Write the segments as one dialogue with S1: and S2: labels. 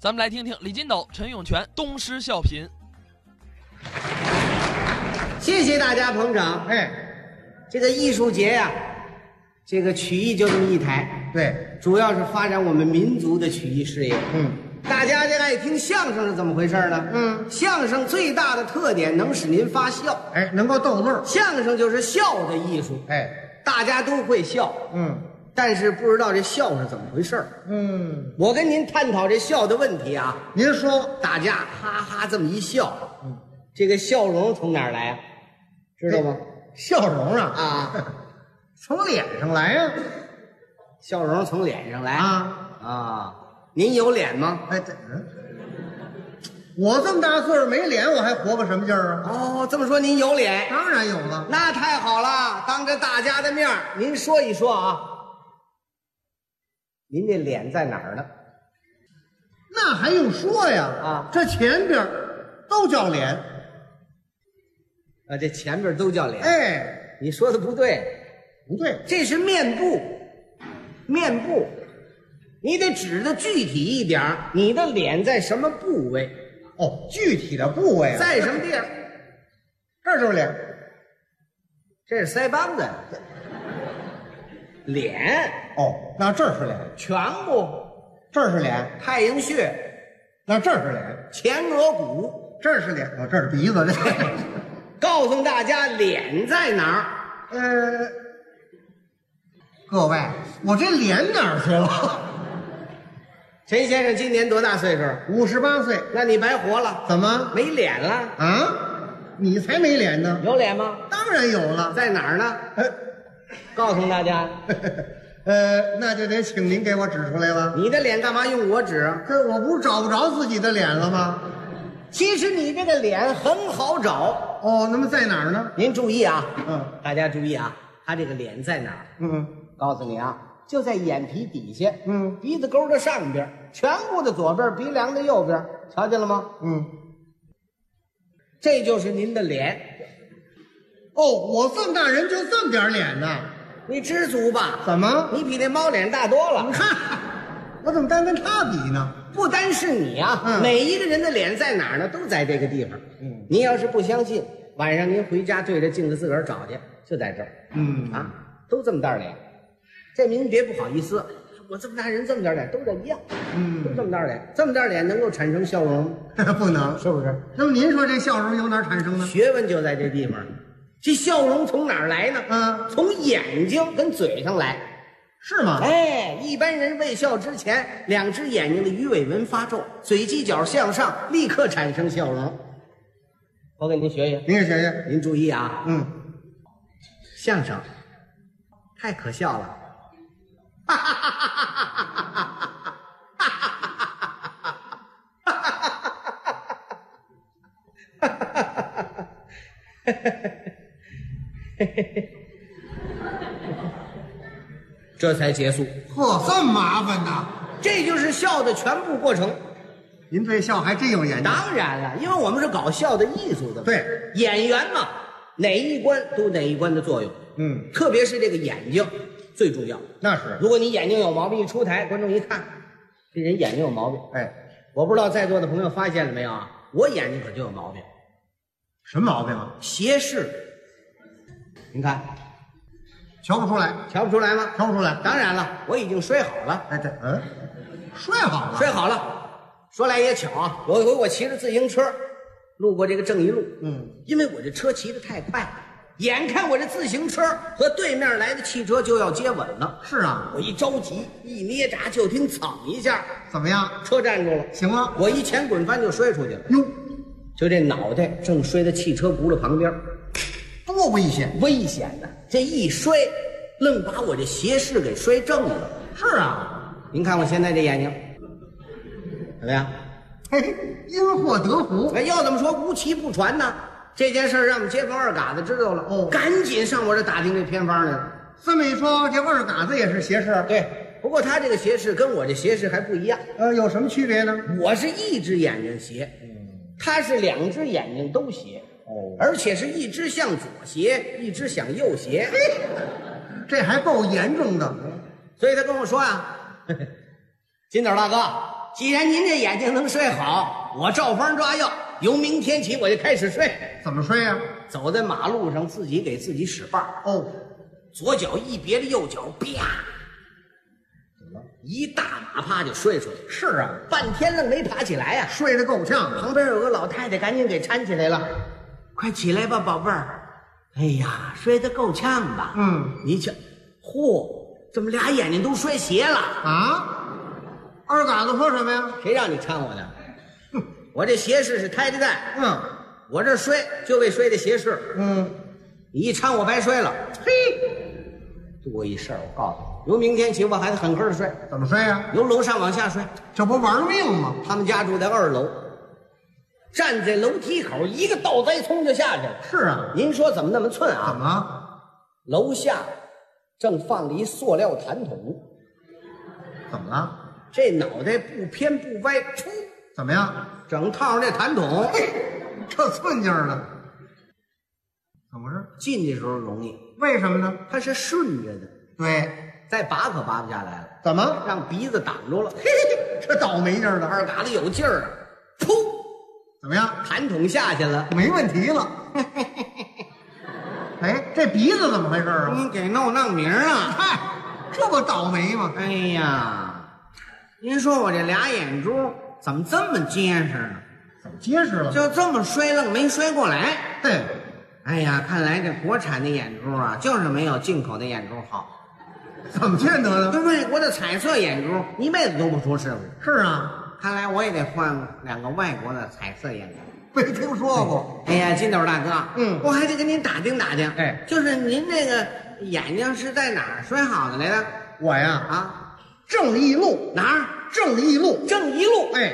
S1: 咱们来听听李金斗、陈永泉东施效颦。
S2: 谢谢大家捧场。
S3: 哎，
S2: 这个艺术节呀、这个曲艺就这么一台，
S3: 对，
S2: 主要是发展我们民族的曲艺事业。
S3: 嗯，
S2: 大家这爱听相声是怎么回事呢？
S3: 嗯，
S2: 相声最大的特点能使您发笑，
S3: 哎，能够逗乐儿，
S2: 相声就是笑的艺术，
S3: 哎，
S2: 大家都会笑，
S3: 嗯
S2: 但是不知道这笑是怎么回事儿
S3: 嗯，
S2: 我跟您探讨这笑的问题啊，
S3: 您说
S2: 大家哈哈这么一笑，
S3: 嗯
S2: 这个笑容从哪儿来啊？知 道吗？
S3: 笑容啊，
S2: 啊，
S3: 从脸上来呀、
S2: 笑容从脸上来
S3: 啊
S2: 啊！您有脸吗？
S3: 哎，这嗯，我这么大岁数没脸，我还活个什么劲儿啊？
S2: 哦，这么说您有脸，
S3: 当然有了，
S2: 那太好了！当着大家的面儿您说一说啊，您这脸在哪儿呢？
S3: 那还用说呀？
S2: 啊
S3: 这前边儿都叫脸，
S2: 啊，这前边都叫脸。，
S3: 哎，
S2: 你说的不对，
S3: 不对，
S2: 这是面部，面部，你得指的具体一点儿你的脸在什么部位，
S3: 哦，具体的部位啊，
S2: 在什么地方？
S3: 这儿就是脸，
S2: 这是腮帮子，脸
S3: 哦，那这儿是脸，
S2: 颧骨。
S3: 这儿是脸，
S2: 太阳穴、
S3: 那这儿是脸，
S2: 前额骨。
S3: 这儿是脸，哦我、这儿是鼻子，这，
S2: 告诉大家脸在哪儿？
S3: 呃，各位，我这脸哪儿去了？
S2: 陈先生今年多大岁数？
S3: 五十八岁，
S2: 那你白活了，
S3: 怎么
S2: 没脸了？
S3: 啊？你才没脸呢？
S2: 有脸吗？
S3: 当然有了。
S2: 在哪儿呢？
S3: 呃，
S2: 告诉大家，
S3: 呃，那就得请您给我指出来了。
S2: 你的脸干嘛用我指？
S3: 这我不是找不着自己的脸了吗？
S2: 其实你这个脸很好找。
S3: 哦，那么在哪儿呢？
S2: 您注意啊，
S3: 嗯
S2: 大家注意啊，他这个脸在哪儿？
S3: 嗯
S2: 告诉你啊，就在眼皮底下，
S3: 嗯
S2: 鼻子沟的上边，颧骨的左边，鼻梁的右边，瞧见了吗？
S3: 嗯。
S2: 这就是您的脸。
S3: 哦，我这么大人就这么点儿脸呢？
S2: 你知足吧，
S3: 怎么？
S2: 你比那猫脸大多了
S3: 你。看，我怎么单跟他比呢？
S2: 不单是你啊，
S3: 嗯
S2: 每一个人的脸在哪儿呢？都在这个地方。
S3: 嗯，
S2: 您要是不相信，晚上您回家对着镜子自个儿找去，就在这儿。
S3: 嗯
S2: 啊，都这么大脸，这您别不好意思，我这么大人这么点脸都这一样，都
S3: 嗯，
S2: 这么大脸，这么大脸能够产生笑容吗，
S3: 不能。
S2: 是不是？
S3: 那么您说这笑容由哪儿产生呢？
S2: 学问就在这地方，这笑容从哪儿来呢？
S3: 嗯
S2: 从眼睛跟嘴上来。
S3: 是吗？
S2: 哎，一般人为笑之前，两只眼睛的鱼尾纹发皱，嘴犄角向上，立刻产生笑容。我给您学学，
S3: 您也学学。
S2: 您注意啊，
S3: 嗯，
S2: 相声太可笑了。 这才结束，
S3: 嚯，这么麻烦呐！
S2: 这就是笑的全部过程。
S3: 您对笑还真有研究。
S2: 当然了，因为我们是搞笑的艺术的，
S3: 对，
S2: 演员嘛，哪一关都有哪一关的作用，
S3: 嗯，
S2: 特别是这个眼睛最重要。
S3: 那是。
S2: 如果你眼睛有毛病，一出台，观众一看，这人眼睛有毛病。
S3: 哎，
S2: 我不知道在座的朋友发现了没有啊？我眼睛可就有毛病，
S3: 什么毛病啊？
S2: 斜视。您看，
S3: 瞧不出来，
S2: 瞧不出来吗？
S3: 瞧不出来。
S2: 当然了，我已经摔好了，
S3: 哎，这嗯，摔好了。
S2: 摔好了。说来也巧啊，有一回我骑着自行车，路过这个正义路，
S3: 嗯，
S2: 因为我这车骑得太快，眼看我这自行车和对面来的汽车就要接吻了，
S3: 是啊，
S2: 我一着急，一捏闸，就听噌一下，
S3: 怎么样？
S2: 车站住了，
S3: 行了。
S2: 我一前滚翻就摔出去了，
S3: 哟，
S2: 就这脑袋正摔在汽车轱辘旁边，
S3: 多危险！
S2: 危险的，这一摔，愣把我这斜视给摔正了。
S3: 是啊，
S2: 您看我现在这眼睛，怎么样？
S3: 嘿嘿，因祸得福。
S2: 哎，要怎么说无奇不传呢？这件事儿让我们街坊二嘎子知道了，
S3: 哦
S2: 赶紧上我这打听这偏方来了。
S3: 这么一说，这二嘎子也是斜视。
S2: 对，不过他这个斜视跟我这斜视还不一样，
S3: 呃，有什么区别呢？
S2: 我是一只眼睛斜，他是两只眼睛都斜，
S3: 哦
S2: 而且是一只向左斜，一只向右斜。
S3: 这还够严重的。
S2: 所以他跟我说啊，呵呵金斗大哥，既然您这眼睛能睡好，我照方抓药，由明天起我就开始睡。
S3: 怎么睡呀、啊
S2: 走在马路上，自己给自己使绊儿，
S3: 哦，
S2: 左脚一别着右脚，啪，一大马趴就摔出去，
S3: 是啊，
S2: 半天愣没爬起来呀、
S3: 睡得够呛啊。
S2: 旁边有个老太太，赶紧给搀起来了，快起来吧，宝贝儿。哎呀，摔得够呛吧？
S3: 嗯，
S2: 你瞧，嚯，怎么俩眼睛都摔斜了？
S3: 啊，二嘎子说什么呀？
S2: 谁让你搀我的？我这斜视是胎的蛋，
S3: 嗯
S2: 我这摔就为摔的斜视，
S3: 嗯，
S2: 你一搀我白摔了。
S3: 嘿，
S2: 多一事儿，我告诉你，由明天起我还得狠狠的摔，
S3: 怎么睡呀、
S2: 由楼上往下摔。
S3: 这不玩命吗？
S2: 他们家住在二楼，站在楼梯口，一个倒栽葱就下去了。
S3: 是啊，
S2: 您说怎么那么寸啊？
S3: 怎么了？
S2: 楼下正放着一塑料痰桶，
S3: 怎么了？
S2: 这脑袋不偏不歪，噗，
S3: 怎么样？
S2: 整套上这痰桶。
S3: 这寸劲儿的，怎么回事？
S2: 进的时候容易，
S3: 为什么呢？
S2: 它是顺着的，
S3: 对，
S2: 再拔可拔不下来了，
S3: 怎么？
S2: 让鼻子挡住了。
S3: 嘿，这倒霉劲儿的，
S2: 二嘎子有劲儿啊，噗，
S3: 怎么样？
S2: 痰桶下去了。
S3: 没问题了。 哎，这鼻子怎么回事啊？
S2: 你给弄弄名啊？
S3: 嗨，这不倒霉吗？
S2: 哎呀，您说我这俩眼珠怎么这么结实呢？
S3: 怎么结实了？
S2: 就这么摔愣没摔过来。
S3: 嘿，
S2: 哎呀，看来这国产的眼珠啊，就是没有进口的眼珠好。
S3: 怎么见得呢？
S2: 对外国的彩色眼珠一辈子都不出事故，
S3: 是啊，
S2: 看来我也得换两个外国的彩色眼珠。
S3: 没听说过。
S2: 哎呀，金斗大哥，
S3: 嗯
S2: 我还得跟您打听打听，
S3: 哎
S2: 就是您这个眼睛是在哪儿摔好的来的
S3: 我呀，
S2: 啊？
S3: 正义路，
S2: 哪儿？
S3: 正义路，
S2: 正一路。
S3: 哎，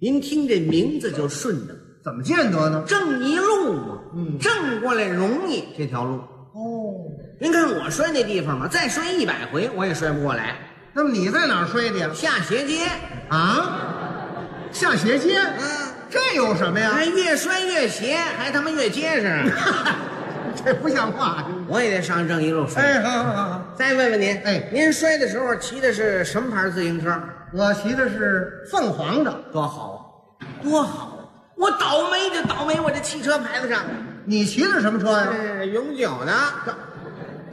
S2: 您听这名字就顺着，
S3: 怎么见得呢？
S2: 正一路嘛，
S3: 嗯
S2: 正过来容易这条路。
S3: 哦，
S2: 您看我摔那地方嘛，再摔一百回我也摔不过来。
S3: 那么你在哪儿摔的呀？
S2: 下斜街，
S3: 啊，下斜街，
S2: 嗯，
S3: 这有什么呀？
S2: 还越摔越斜，还他妈越结 实。
S3: 这不像话。
S2: 我也得上正一路摔。
S3: 哎，好好好，
S2: 再问问您，
S3: 哎
S2: 您摔的时候骑的是什么牌自行车？
S3: 我骑的是凤凰的，
S2: 多好啊，多好啊！我倒霉就倒霉我这汽车牌子上，
S3: 你骑的什么车呀？
S2: 是哎永久的。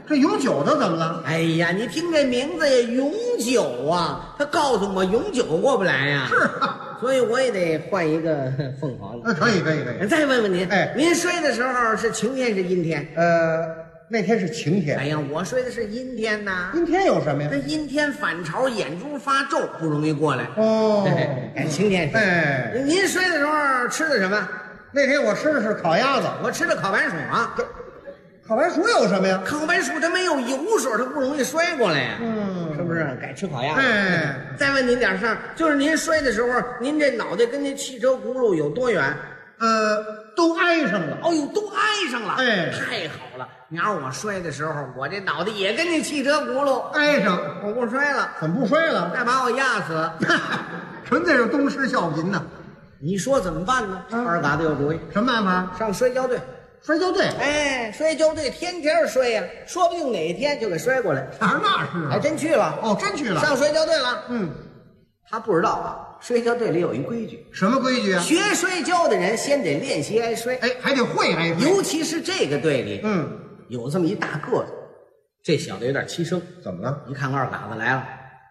S3: 这永久的怎么了？
S2: 哎呀，你听这名字呀，永久啊！他告诉我永久过不来呀、
S3: 是啊，
S2: 所以我也得换一个呵凤凰的。
S3: 那呃可以可以可以。
S2: 再问问您，
S3: 哎
S2: 您摔的时候是晴天是阴天？
S3: 呃，那天是晴
S2: 哎
S3: 天，
S2: 呀，我摔的是阴天呐。
S3: 阴天有什么呀
S2: 那？阴天反潮，眼珠发皱，不容易过来。
S3: 哦，
S2: 哎，晴天是。
S3: 哎，
S2: 您摔的时候吃的什么？
S3: 那天我吃的是烤鸭子，
S2: 我吃的烤白薯啊。
S3: 烤白薯有什么呀？
S2: 烤白薯它没有油水，它不容易摔过来呀、
S3: 嗯
S2: 是不是？改吃烤鸭。
S3: 哎，
S2: 再问您点事儿，就是您摔的时候，您这脑袋跟那汽车轱辘有多远？
S3: 呃，都挨上了。
S2: 哦呦，都挨上了。
S3: 哎
S2: 太好了！你要是我摔的时候，我这脑袋也跟那汽车轱辘，
S3: 挨上，
S2: 我不摔了，
S3: 怎么不摔了？
S2: 那把我压死。
S3: 纯粹是东施效颦呐。
S2: 你说怎么办呢？
S3: 嗯
S2: 二嘎子有主意，
S3: 什么办法？
S2: 上摔跤队。
S3: 摔跤队？
S2: 哎，摔跤队天天摔呀、说不定哪天就给摔过来。
S3: 哪儿那是
S2: 还
S3: 啊？
S2: 真去了，
S3: 哦，真去了。
S2: 上摔跤队了。
S3: 嗯，
S2: 他不知道啊，摔跤队里有一规矩，
S3: 什么规矩啊？
S2: 学摔跤的人先得练习挨摔，
S3: 哎，还得会挨摔。
S2: 尤其是这个队里，
S3: 嗯，
S2: 有这么一大个子，这小子有点欺生。
S3: 怎么了？
S2: 一看二嘎子来了，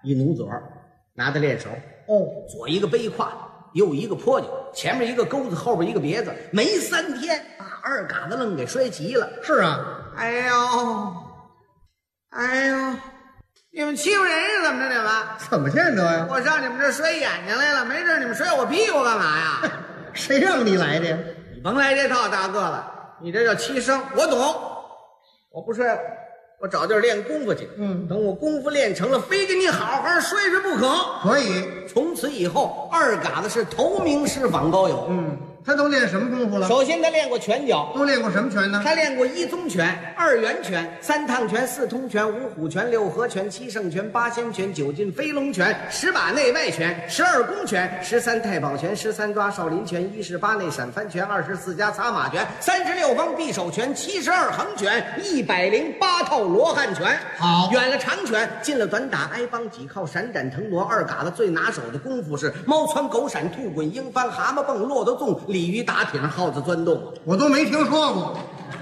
S2: 一努嘴儿，拿着练手，
S3: 哦，
S2: 左一个背胯，右一个坡脚，前面一个钩子，后边一个别子，没三天把二嘎子愣给摔急了。
S3: 是啊，
S2: 哎呦，哎呦，你们欺负人是怎么着？你们？
S3: 怎么见得呀？
S2: 我上你们这儿摔眼睛来了，没事儿你们摔我屁股干嘛呀？
S3: 谁让你来的呀？
S2: 你甭来这套，大个了，你这叫欺生。我懂，我不摔了，我找地儿练功夫去。
S3: 嗯
S2: 等我功夫练成了，非给你好好摔摔不可。
S3: 可以，
S2: 从此以后，二嘎子是投名师访高友。
S3: 嗯，他都练什么功夫了？
S2: 首先，他练过拳脚，
S3: 都练过什么拳呢？
S2: 他练过一宗拳、二元拳、三趟拳、四通拳、五虎拳、六合拳、七圣拳、八仙拳、九进飞龙拳、十把内外拳、十二宫拳、十三太保拳、十三抓少林拳、一十八内闪翻拳、二十四家擦马拳、三十六方匕首拳、七十二横拳、一百零八套罗汉拳。
S3: 好
S2: 远了长拳，近了短打，挨帮挤靠，闪展腾挪。二嘎子最拿手的功夫是猫窜、狗闪、兔滚、鹰翻、蛤蟆蹦、骆驼纵、鲤鱼打挺、耗子钻洞。
S3: 我都没听说过。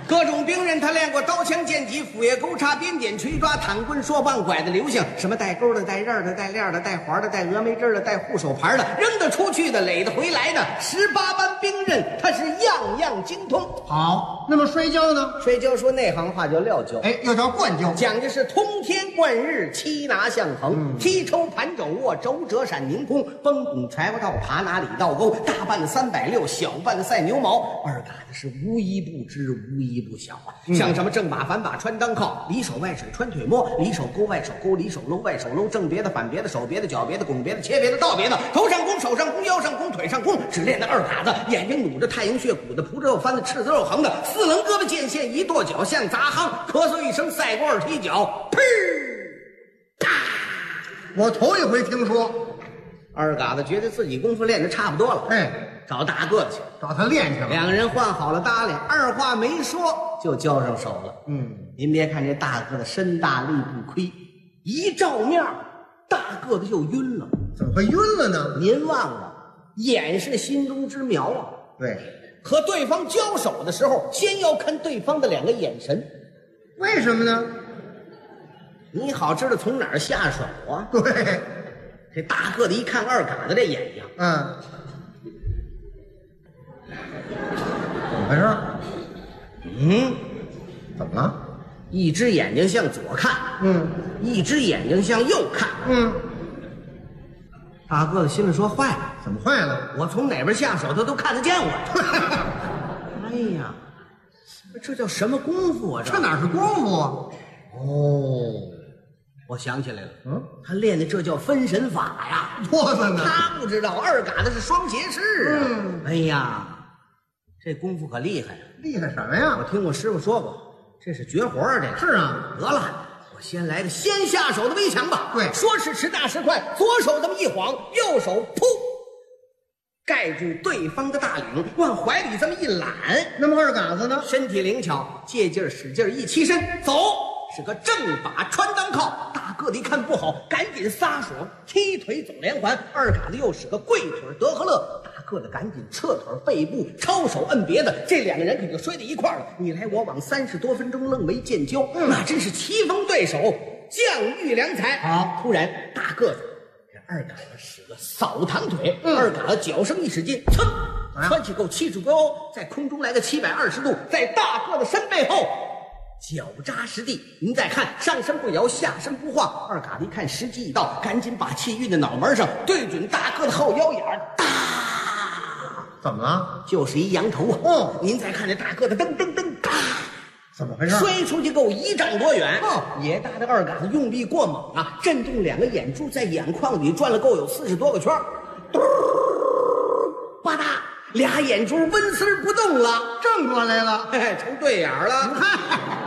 S2: 各种兵刃他练过，刀枪剑戟、斧钺钩叉、鞭锏锤抓、躺棍槊棒拐子流星，什么带钩的、带刃的、带链的、带环的、带峨眉针的、带护手牌的，扔得出去的、垒得回来的，十八般兵刃他是样样精通。
S3: 好，那么摔跤呢？
S2: 摔跤说内行话叫撂跤。
S3: 哎，又叫灌跤。
S2: 讲究是通天贯日，七拿相横，踢抽盘肘握，肘折闪凌空，崩拱柴火道，爬拿里倒钩，大半三百六，小半赛牛毛。二嘎子是无一不知，无一不晓啊！像什么正把反把穿裆靠，里手外水穿腿摸，里手勾外手勾，里手搂外手搂，正别的反别的，手别的脚别的，拱别的切别的倒别的，头上弓手上弓腰上弓腿上弓，只练那二嘎子，眼睛努着太阳穴鼓的，扑着又翻的，赤子肉横的，四棱胳膊见线一跺脚像砸夯，咳嗽一声赛过二踢脚，噗！
S3: 我头一回听说。
S2: 二嘎子觉得自己功夫练得差不多了，
S3: 哎，
S2: 找大个子去。
S3: 找他练去了。
S2: 两个人换好了搭脸，二话没说就交上手了。
S3: 嗯，
S2: 您别看这大个子身大力不亏，一照面儿，大个子就晕了。
S3: 怎么会晕了呢？
S2: 您忘了，眼是心中之苗啊。
S3: 对，
S2: 和对方交手的时候，先要看对方的两个眼神，
S3: 为什么呢？
S2: 你好知道从哪儿下手啊。
S3: 对，
S2: 这大个子一看二嘎子这眼睛，
S3: 嗯，怎么回事？
S2: 嗯，
S3: 怎么了？
S2: 一只眼睛向左看，
S3: 嗯
S2: 一只眼睛向右看。
S3: 嗯，
S2: 大个子心里说：“坏了，
S3: 怎么坏了？
S2: 我从哪边下手，他都看得见我。 哎呀，这叫什么功夫啊？
S3: 这
S2: 这
S3: 哪是功夫啊？
S2: 哦，我想起来了，
S3: 嗯，
S2: 他练的这叫分神法呀。
S3: 哆嗦呢？
S2: 他不知道二嘎子是双截式啊。
S3: 嗯
S2: 哎呀，这功夫可厉害了。
S3: 厉害什么
S2: 我
S3: 呀？
S2: 听我师傅说过，这是绝活啊，这个。
S3: 是啊，
S2: 得了，我先来个先下手的为强吧。
S3: 对
S2: 说时迟，那时快，左手这么一晃，右手噗，盖住对方的大领，往怀里这么一揽，
S3: 那么二杆子呢？
S2: 身体灵巧，借劲儿使劲儿一起身，走，是个正把穿裆靠。大个子一看不好，赶紧撒手踢腿走连环。二嘎子又使个跪腿德和乐，大个子赶紧撤腿背部抄手摁别的，这两个人可就摔到一块儿了，你来我往，三十多分钟愣没见交，那真是棋逢对手，将遇良才。
S3: 好
S2: 突然大个子给二嘎子使个扫堂腿，二嘎子脚上一使劲，噌。
S3: 嗯怎么样
S2: 窜起够七尺高，在空中来个七百二十度，在大个子身背后，脚扎实地。您再看，上身不摇，下身不晃。二嘎子一看时机已到，赶紧把气运到脑门上，对准大个子后腰眼儿，哒，
S3: 怎么了？
S2: 就是一羊头啊！
S3: 哦
S2: 您再看这大个子噔噔噔，嘎。
S3: 怎么回事？啊
S2: 摔出去够一丈多远。
S3: 哦
S2: 野大的二杆子用力过猛啊，震动两个眼珠在眼眶里转了够有四十多个圈儿，嘟儿吧嗒，俩眼珠纹丝儿不动了，
S3: 正过来了。
S2: 嘿嘿，成对眼儿了。嗨